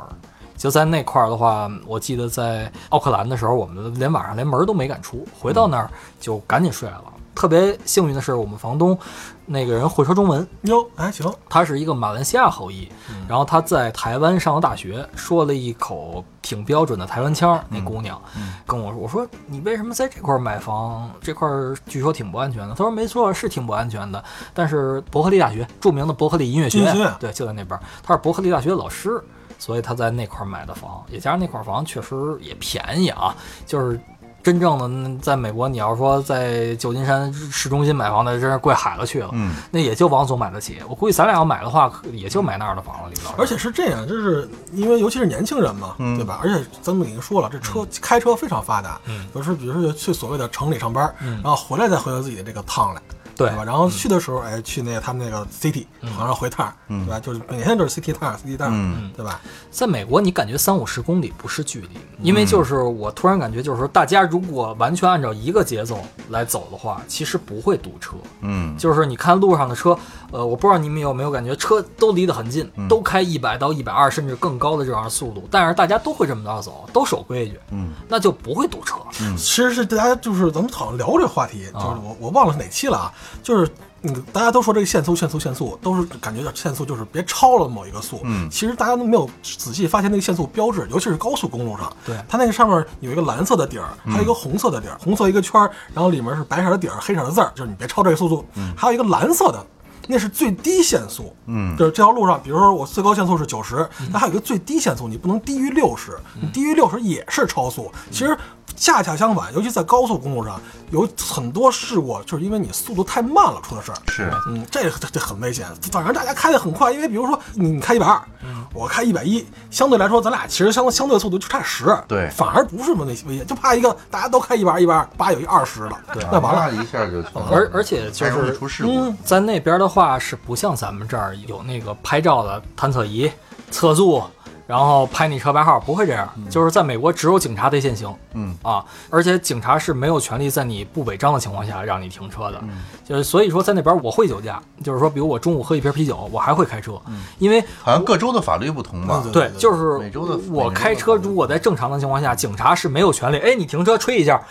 就在那块儿的话，我记得在奥克兰的时候，我们连晚上连门都没敢出，回到那儿就赶紧睡来了。特别幸运的是，我们房东那个人会说中文，
哟，还哎行，
他是一个马来西亚后裔，然后他在台湾上了大学，说了一口挺标准的台湾腔儿。那姑娘跟我说：“我说你为什么在这块儿买房？这块儿据说挺不安全的。”他说：“没错，是挺不安全的。但是伯克利大学著名的伯克利音乐学
音乐学
院
院，
对，就在那边儿。他是伯克利大学的老师，所以他在那块儿买的房，也加上那块儿房确实也便宜啊，就是。”真正的那在美国，你要说在旧金山市中心买房，那真是贵海了去了。
嗯，
那也就王总买得起。我估计咱俩要买的话，可也就买那儿的房了，李老师。
而且是这样，就是因为尤其是年轻人嘛，对吧？而且咱们已经说了，这车、开车非常发达，嗯，就是比如说去所谓的城里上班，然后回来再回到自己的这个趟来，嗯
对
吧？然后去的时候，哎，去那个他们那个 city，然后回趟儿，对吧？就是每天都是 city 趟儿，city 趟儿，对吧？
在美国，你感觉三五十公里不是距离，因为就是我突然感觉，就是说大家如果完全按照一个节奏来走的话，其实不会堵车。
嗯，
就是你看路上的车，呃，我不知道你们有没有感觉，车都离得很近，都开一百到一百二，甚至更高的这样的速度，但是大家都会这么着走，都守规矩，嗯，那就不会堵车。
其实是大家就是咱们好像聊这话题，就是我我忘了是哪期了啊，就是。嗯，大家都说这个限速、限速、限速，都是感觉到限速就是别超了某一个速。
嗯
其实大家都没有仔细发现那个限速标志，尤其是高速公路上，
对
它那个上面有一个蓝色的底儿，还有一
嗯
个红色的底儿，红色一个圈儿，然后里面是白色的底儿，黑色的字儿，就是你别超这个速度。还有一个蓝色的，那是最低限速。
嗯
就是这条路上，比如说我最高限速是九十，那还有一个最低限速，你不能低于六十，你低于六十也是超速。
嗯
其实恰恰相反，尤其在高速公路上，有很多事故就是因为你速度太慢了出的事儿。
是，
嗯，这这这很危险。反正大家开得很快，因为比如说你你开一百二，
嗯
我开一百一，相对来说咱俩其实相相对速度就差十，
对
反而不是那么危险，就怕一个大家都开一百二一百二，八有一二十了，那完了。
那一下就全了
而而且就
嗯还容易
是嗯
出事故。
在那边的话是不像咱们这儿有那个拍照的探测仪、测速，然后拍你车牌号，不会这样。就是在美国只有警察对限行，
嗯
啊，而且警察是没有权利在你不违章的情况下让你停车的。
嗯
就是所以说在那边我会酒驾，就是说比如我中午喝一瓶啤酒，我还会开车，
嗯
因为
好像各州的法律不同吧？
嗯
对，就是
每周的每
我
年
开
的
车，
法律
如果在正常的情况下，警察是没有权利。哎，你停车吹一下，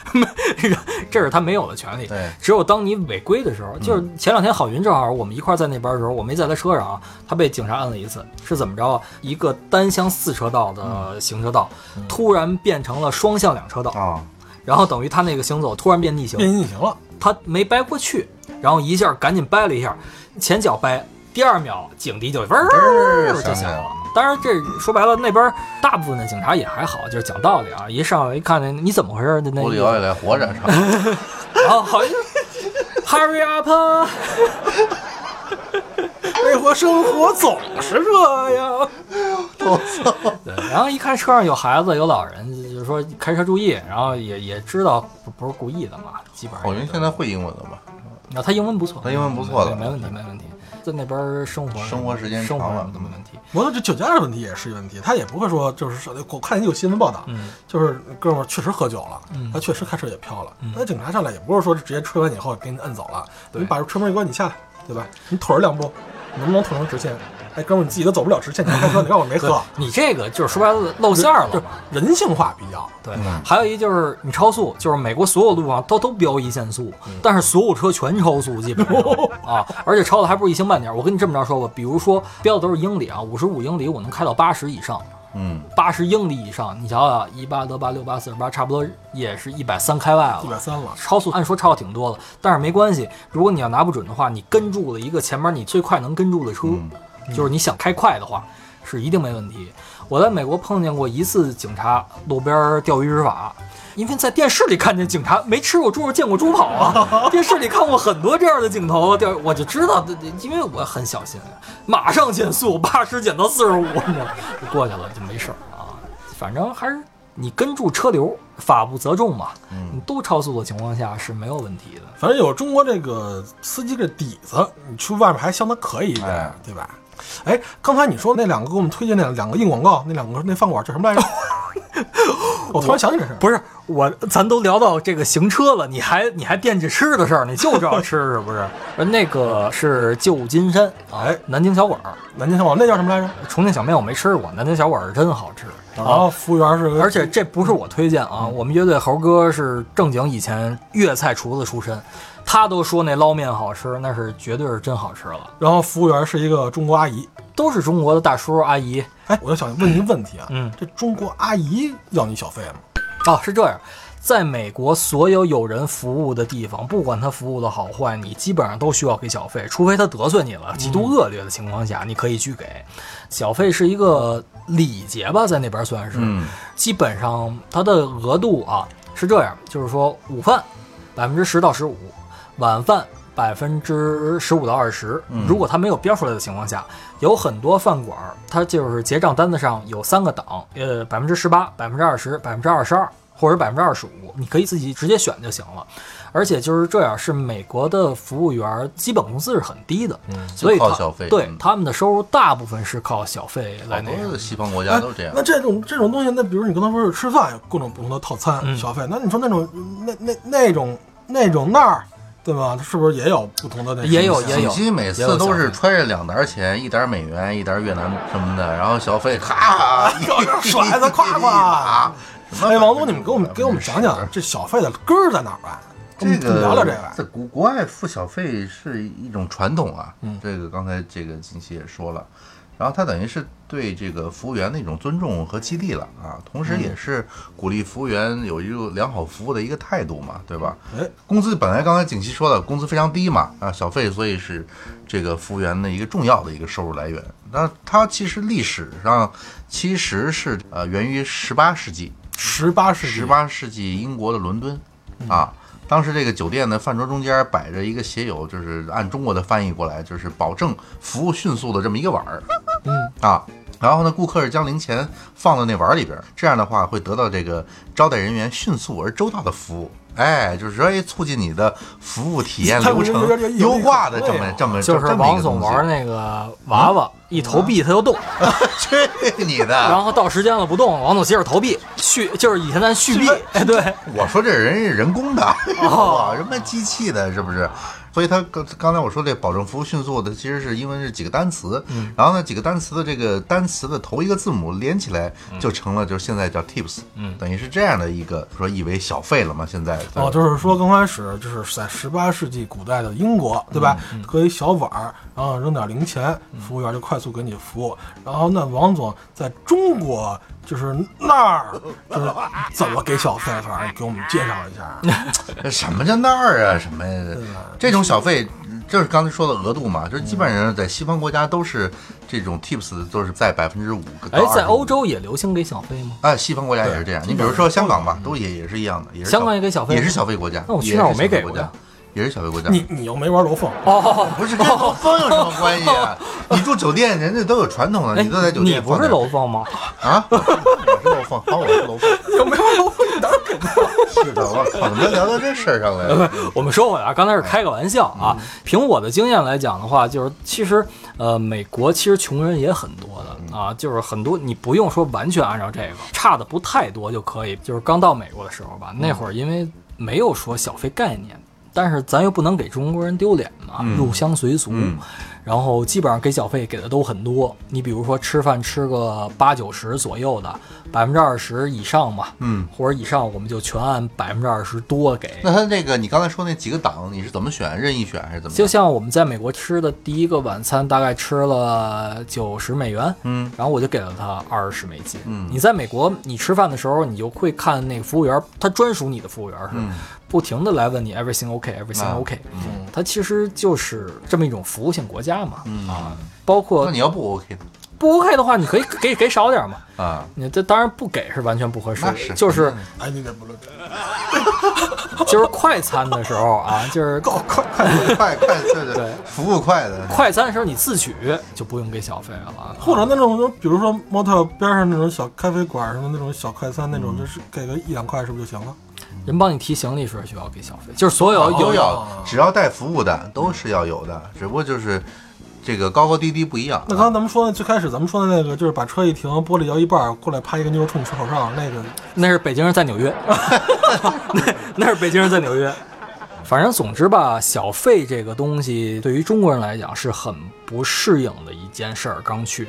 *laughs* 这是他没有的权利。
对
只有当你违规的时候，就是前两天郝云正好我们一块儿在那边的时候，我没在他车上啊，他被警察摁了一次，是怎么着啊？一个单向四车道的行车道，突然变成了双向两车道，
啊，
然后等于他那个行走突然变逆行，
变形行了，
他没掰过去，然后一下赶紧掰了一下，前脚掰，第二秒警笛就嗡儿就响了。当然，这说白了，那边大部分的警察也还好，就是讲道理啊。一上来一看见你怎么回事，就那
玻
意
璃摇下
思，
来活着， *laughs* 操
然后好像就 hurry up，啊
为何生活总是这样？
*laughs*
对，然后一看车上有孩子有老人，就是说开车注意，然后也也知道不不是故意的嘛，基本上。
郝云现在会英文了吧？
啊，他英文不错，
他英文不错的
没没问题，没问题。在那边生活
生活时间
生活
长了
没问题。
我说这酒驾的问题也是一个问题，他也不会说就是说，我看有新闻报道，就是哥们儿确实喝酒了，他确实开车也飘了，那警察上来也不是说直接吹完以后给你摁走了，
对
你把车门一关，你下来，对吧？你腿儿两步，你能不能腿成直线？哎，哥们儿，你自己都走不了直线，你还开车，你看我没喝，
你这个就是说白了露馅儿了
就是
嘛。
人性化比较。
对，还有一就是你超速，就是美国所有路上都都标一限速，但是所有车全超速，基本上啊，而且超的还不是一星半点儿。我跟你这么着说吧，比如说标的都是英里啊，五十五英里我能开到八十以上，
嗯，
八十英里以上，你想想一八得八六八四十八，差不多也是一百三开外了，
一百三了，
超速按说超的挺多的，但是没关系，如果你要拿不准的话，你跟住了一个前面你最快能跟住的车，就是你想开快的话，是一定没问题。我在美国碰见过一次警察路边钓鱼执法，因为在电视里看见警察没吃过猪肉见过猪跑啊， *laughs* 电视里看过很多这样的镜头，钓鱼我就知道， *laughs* 这这因为我很小心，马上减速，八十减到四十五， *laughs* 就过去了就没事儿啊。反正还是你跟住车流，法不责众嘛。你都超速的情况下是没有问题的。
反正有中国这个司机这底子，你去外面还相当可以一点，
哎
对吧？哎，刚才你说那两个给我们推荐那两个硬广告，那两个那饭馆叫什么来着？我突然想起这事儿，
不是我，咱都聊到这个行车了，你还你还惦记吃的事儿，你就知道吃是不是？那个是旧金山，啊
哎，
南京小馆儿，
南京小馆那叫什么来着？
重庆小面我没吃过，南京小馆儿是真好吃
然后服务员是个，
而且这不是我推荐啊，我们乐队猴哥是正经以前粤菜厨子出身，他都说那捞面好吃，那是绝对是真好吃了，
然后服务员是一个中国阿姨。
都是中国的大叔阿姨。
哎，我就想问一个问题啊，
嗯
这中国阿姨要你小费吗？
哦，是这样，在美国所有有人服务的地方，不管他服务的好坏，你基本上都需要给小费，除非他得罪你了，极度恶劣的情况下，你可以去给。小费是一个礼节吧，在那边算是，
嗯
基本上它的额度啊是这样，就是说午饭百分之十到十五，晚饭。百分之十五到二十，如果他没有标出来的情况下，有很多饭馆儿，它就是结账单子上有三个档，呃，百分之十八、百分之二十、百分之二十二或者百分之二十五，你可以自己直接选就行了。而且就是这样，是美国的服务员基本工资是很低的，所以
就靠
他
小费
对
嗯
他们的收入大部分是靠小费来
好
那个
多。西方国
哎
家都这样
那。这种这种东西，那比如你刚才说是吃饭有各种不同的套餐、小费，那你说那种那那那种那种那儿，对吧？是不是也有不同的那种
也有
小
也有
锦溪每次都是揣着两沓钱，一沓美元，一沓越南什么的，然后小费咔，
甩的夸夸
什么
哎，王总，你们给我们给我们讲讲这小费的根儿在哪儿啊？跟
这
我们
个
聊聊这个。
在国国外付小费是一种传统啊，
嗯
这个刚才这个锦溪也说了，然后它等于是对这个服务员的一种尊重和激励了啊，同
嗯
时也是鼓励服务员有一个良好服务的一个态度嘛，对吧？
哎，
工资本来刚才景琦说的工资非常低嘛，啊，小费所以是这个服务员的一个重要的一个收入来源。那它其实历史上其实是呃源于十八世纪，
十八世纪嗯
十八世纪英国的伦敦啊，当时这个酒店的饭桌中间摆着一个写有就是按中国的翻译过来就是保证服务迅速的这么一个碗儿，嗯啊。然后呢，顾客是将零钱放到那碗儿里边儿，这样的话会得到这个招待人员迅速而周到的服务。哎，就是说，哎，促进你的服务体验
*laughs* 他
流
们
程
有点有
优化的这
有
么
点
这么
就是王总玩
那
那个娃娃，一投币它就动，
*laughs* 去你的！
然后到时间了不动，王总接着投币续，就是以前咱续币，哎对，
*laughs* 我说这人是
*laughs*
人工的，哇，
哦
什么机器的，是不是？所以他刚刚才我说这保证服务迅速的，其实是因为是几个单词，
嗯
然后呢几个单词的这个单词的头一个字母连起来
嗯
就成了，就是现在叫 tips，嗯，等于是这样的一个说以为小费了嘛，现在
哦，就是说刚开始就是在十八世纪古代的英国，对吧？
嗯
搁一小碗儿，然后扔点零钱，服务员就快速给你服务。然后那王总在中国就是那儿就是怎么给小费法儿，你给我们介绍一
*laughs*
下。啊
什么叫那儿啊？什么呀这种小费，就是刚才说的额度嘛，就是基本
嗯
上在西方国家都是这种 tips 都是在百分之五个。
哎，在欧。洲也流行给小费吗？
啊，西方国家也是这样。你比如说香港吧，都也也是一样的，也是小
香港也给小费吗
也是小费国家。
那我去那儿我没给
国
过
家
呀，
也是小费国家。
你你又没玩楼凤，
哦，
不是跟楼凤有什么关
*laughs*
系啊？你住酒店，人家都有传统的，
哎，
你都在酒
你
店
不
放
是
点。
楼凤吗？
啊？ *laughs* 我是楼凤，好，我是楼凤。
有没玩楼凤？你当然给不了。
*laughs* 是的，我靠，怎么聊到这事儿上来
呃 *laughs*
了？
不，我们说回来，啊，刚才是开个玩笑
嗯
啊。凭我的经验来讲的话，就是其实呃，美国其实穷人也很多
嗯
的啊，就是很多你不用说完全按照这个，差的不太多就可以。就是刚到美国的时候吧，
嗯
那会儿因为没有说小费概念。但是咱又不能给中国人丢脸嘛，入乡随俗，
嗯
然后基本上给小费给的都很多。你比如说吃饭吃个八九十左右的，百分之二十以上嘛，
嗯，
或者以上我们就全按百分之二十多给。
那他那个你刚才说那几个档，你是怎么选？任意选还是怎么样？
就像我们在美国吃的第一个晚餐，大概吃了九十美元，
嗯，
然后我就给了他二十美金。
嗯
你在美国，你吃饭的时候，你就会看那个服务员，他专属你的服务员是、
嗯
不停的来问你 everything OK，everything
啊
OK，、他其实就是这么一种服务性国家嘛，
嗯
啊，包
那
括
你要不 OK 呢
不 OK 的话，你可以 *laughs* 给给少点嘛。
啊？
你这当然不给是完全不合适的
那，是嗯
就是
哎，你给不了。
就是快餐的时候啊，就是
够快快！
快快
*laughs*
对
对，
服务快的。
快餐的时候你自取就不用给小费了啊。
或者那种，比如说 motel 边上那种小咖啡馆什么那种小快餐那
嗯
种，就是给个一两块是不是就行了？人
人帮你提行李时需要给小费，就是所哦有
哦都
有
要，只要带服务的都是要有的，只不过就是这个高高低低不一样。
那刚才咱们说的最开始咱们说的那个，就是把车一停，玻璃摇一半儿，过来啪一个妞冲你吃口哨，那个
那是北京人在纽约，那那是北京人在纽约。反正总之吧，小费这个东西对于中国人来讲是很不适应的一件事儿。刚去，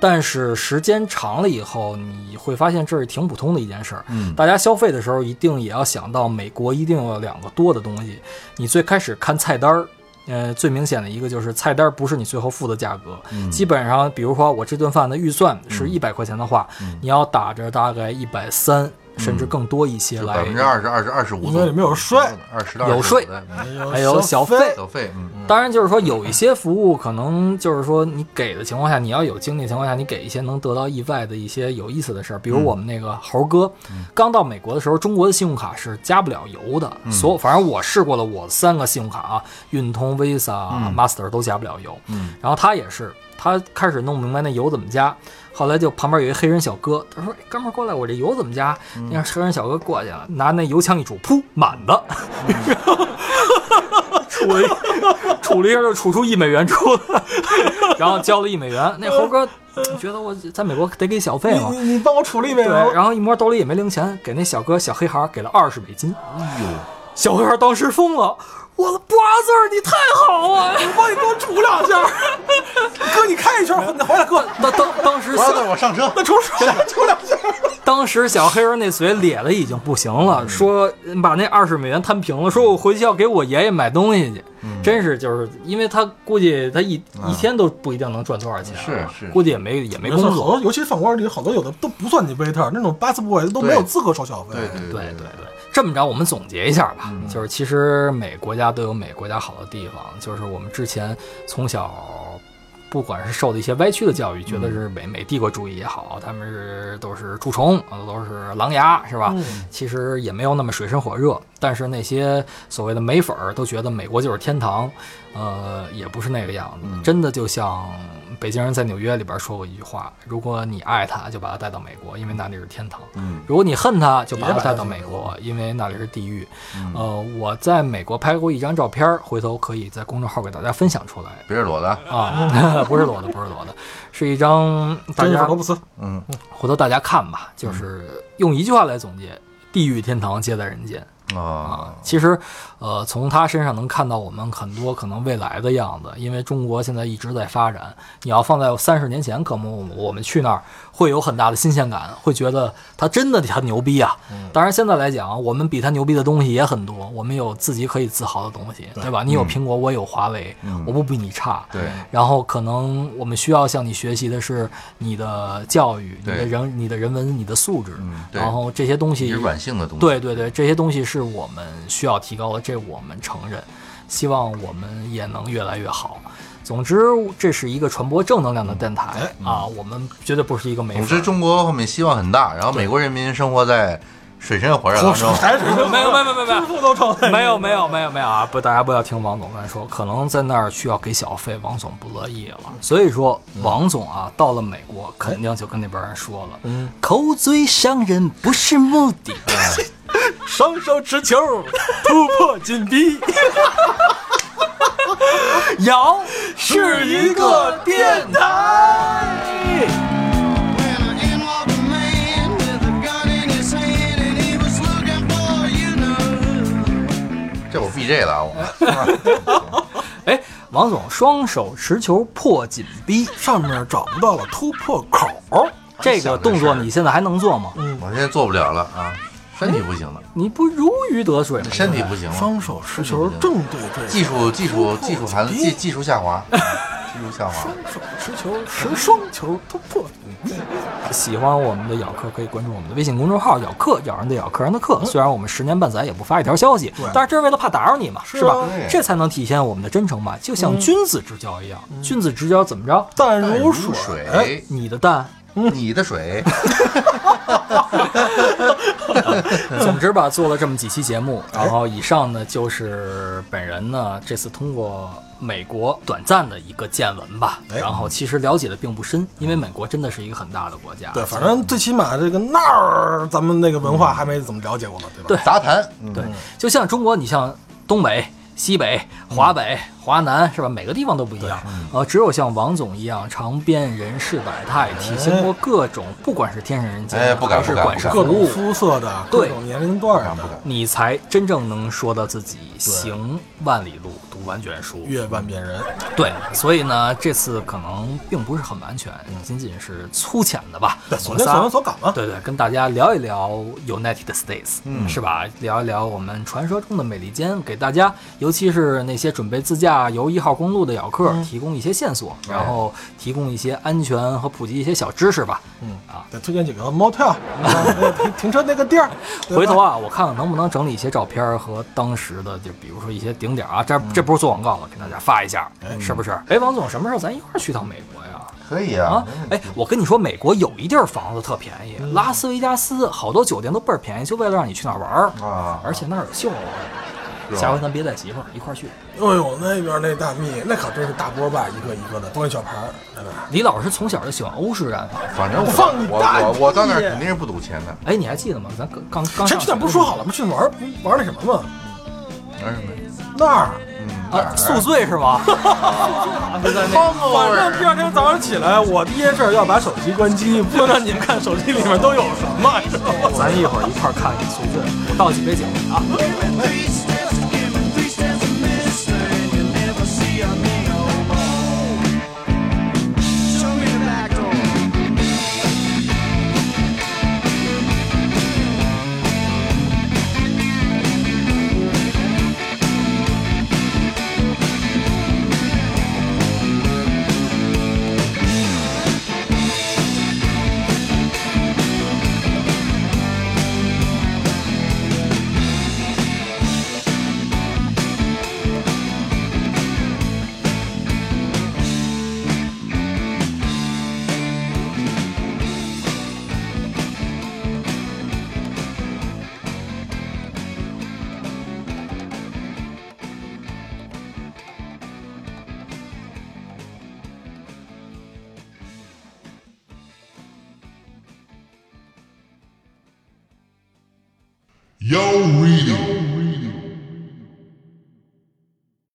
但是时间长了以后，你会发现这是挺普通的一件事儿。
嗯
大家消费的时候一定也要想到，美国一定有两个多的东西。你最开始看菜单儿，呃，最明显的一个就是菜单儿不是你最后付的价格，
嗯
基本上，比如说我这顿饭的预算是一百块钱的话，
嗯
你要打着大概一百三甚至更多一些
就
来
百。分之二十、二十、二十五，
因为里面有税，
二十到
有税
25的
哎
还有小费
小费，嗯，
当然，就是说有一些服务可能就是说你给的情况下，你要有精力的情况下，你给一些能得到意外的一些有意思的事儿，比如我们那个猴哥，刚到美国的时候，中国的信用卡是加不了油的，所有反正我试过了，我三个信用卡啊，运通、Visa 啊、Master 都加不了油。然后他也是他开始弄不明白那油怎么加，后来就旁边有一黑人小哥，他说：“哎哥们儿过来，我这油怎么加？”
嗯
那让黑人小哥过去了，拿那油枪一杵，噗，满的，杵了一杵了一下就杵出一美元出来，然后交了一美元。那猴哥觉得我在美国得给小费嘛，
你你你帮我处理呗。
对，然后一摸兜里也没零钱，给那小哥小黑孩儿给了二十美金。
哎呦，
小黑孩儿当时疯了，我的 brother，你太好啊了！
我帮你给我杵两下。 *laughs* 哥，你开一圈，你回来哥，
当当当时
我要带我上车。
那杵杵杵两下。
当时小黑人那嘴咧的已经不行了，
嗯
说嗯把那二十美元摊平了，说我回去要给我爷爷买东西去。
嗯
真是就是，因为他估计他一、一天都不一定能赚多少钱啊，
啊是是
估计也没也没工
好
作。
多，尤其饭馆里好多有的都不算你 waiter，那种 bus boy 都没有资格收小费。
对对嗯
对对对，这么着我们总结一下吧，就是其实每国家都有每国家好的地方，就是我们之前从小。不管是受的一些歪曲的教育，觉得是美美帝国主义也好，他们是都是蛀虫，都是狼牙，是吧？
嗯
其实也没有那么水深火热。但是那些所谓的美粉儿都觉得美国就是天堂，呃，也不是那个样子。
嗯
真的就像北京人在纽约里边说过一句话：如果你爱他，就把他带到美国，因为那里是天堂。
嗯，
如果你恨他，就把他带到美国，因为那里是地狱。
嗯
呃，我在美国拍过一张照片儿，回头可以在公众号给大家分享出
*laughs*
来
别是裸的，
啊， *laughs* 不是裸的，不是裸的，是一张大
真是
家
罗布斯，
嗯，
回头大家看吧，就是用一句话来总结：地狱天堂皆在人间。
啊，
其实，呃，从他身上能看到我们很多可能未来的样子，因为中国现在一直在发展。你要放在三十年前，可能我们我们去那儿会有很大的新鲜感，会觉得他真的他牛逼啊。
嗯
当然，现在来讲，我们比他牛逼的东西也很多，我们有自己可以自豪的东西，对吧？你有苹果，我有华为，我不比你差。
对
然后，可能我们需要向你学习的是你的教育、你
对
的人、你的人文、你的素质，
嗯对
然后这些东西
你是软性的东西。，
对对对，这些东西是我们需要提高的，这我们承认，希望我们也能越来越好。总之，这是一个传播正能量的电台、啊，我们绝对不是一个美
嗯哎总之
粉。
中国后面希望很大，然后美国人民生活在水深火热当中。
还是
没有没有没有没有
不都成
没有没有没有没有啊！不，大家不要听王总乱说，可能在那儿需要给小费，王总不乐意了。所以说，
嗯
王总啊，到了美国肯定就跟那边人说了，
嗯
口嘴伤人不是目的。
*laughs* 双手持球，突破禁闭，
*laughs* 摇
*laughs* 是一个电
台。
When I in walked a man with a gun in his hand and he was looking for you know who.
这我 BJ 了啊，我
哎，王总双手持球破紧 *laughs* 逼，
上面找不到了突破口。哎
这个动作你现在还能做吗？
嗯
我现在做不了了啊，身体不行了，
你不如鱼得水吗？
身体不行了，
哎双手持球正对对，
技术技术技术含技技术下滑，技术下滑。
双手持球，持双球突破。
喜欢我们的咬客可以关注我们的微信公众号“咬客”，咬人的咬，客人的
嗯
客。虽然我们十年半载也不发一条消息，但是这是为了怕打扰你嘛，
啊
是吧
对？
这才能体现我们的真诚嘛，就
嗯
像君子之交一样。君子之交怎么着？
淡
如
如水，哎
水，
你的蛋
哎你的水，
总之吧，做了这么几期节目，
哎
然后以上呢就是本人呢这次通过美国短暂的一个见闻吧，
哎
然后其实了解的并不深，因为美国真的是一个很大的国家。
对，反正最起码这个那儿咱们那个文
嗯
化还没怎么了解过呢，对吧？
对
杂谈，嗯
对，就像中国，你像东北、西北、华北、华南是吧？每个地方都不一样。
嗯
呃，只有像王总一样尝遍人世百态，体现过各种，不管是天上人间，
哎不敢
还是
不敢
管是
不
服
各种
务，
肤色的，各
对啊
种年龄段
敢不
的，
敢？
你才真正能说到自己行万里路，读万卷书。
阅万遍人，
对，所以呢，这次可能并不是很完全，仅仅是粗浅的吧。
对，
我
所
们
见
仨
所闻所感嘛。
对对，跟大家聊一聊 United States，嗯，是吧？聊一聊我们传说中的美利坚，给大家，尤其是那些准备自驾游一号公路的咬客，提供一些线索，然后提供一些安全和普及一些小知识吧。哎嗯啊，
再推荐几个
*laughs*
motel，啊停停车那个地儿，对吧
回头啊，我看看能不能整理一些照片儿和当时的，就比如说一些景点儿啊，这这不是做广告了，给大家发一下，是不是？哎，王总，什么时候咱一块儿去趟美国呀？
可以
啊
啊，，
哎，我跟你说，美国有一地儿房子特便宜，拉
哎
斯维加斯好多酒店都倍儿便宜，就为了让你去那儿玩儿
啊
而且那儿有秀，
是吧
下回咱别带媳妇儿一块儿去。
哎呦，那边那大蜜，那可真是大波霸，一个一个的，端小盘儿，哎呀
李老师从小就喜欢欧式染发。
反正我
放你
我
大
我我到那儿
爷
肯定是不赌钱的，
哎，你还记得吗？咱刚刚刚
前
上
几天不是说好了吗？去玩儿玩儿那什么吗？
玩什么呀？
那儿，
啊，宿醉是吗？
反
啊
正第二天早上起来，我第一件事儿要把手机关机，不能让你们看手机里面都有什么，你知道吗？
*laughs* 咱一会儿一块儿看宿醉，我倒几杯酒啊。
Three steps to giving, three steps to missing, and you never see me no more. Show me the back door.
Yo reading.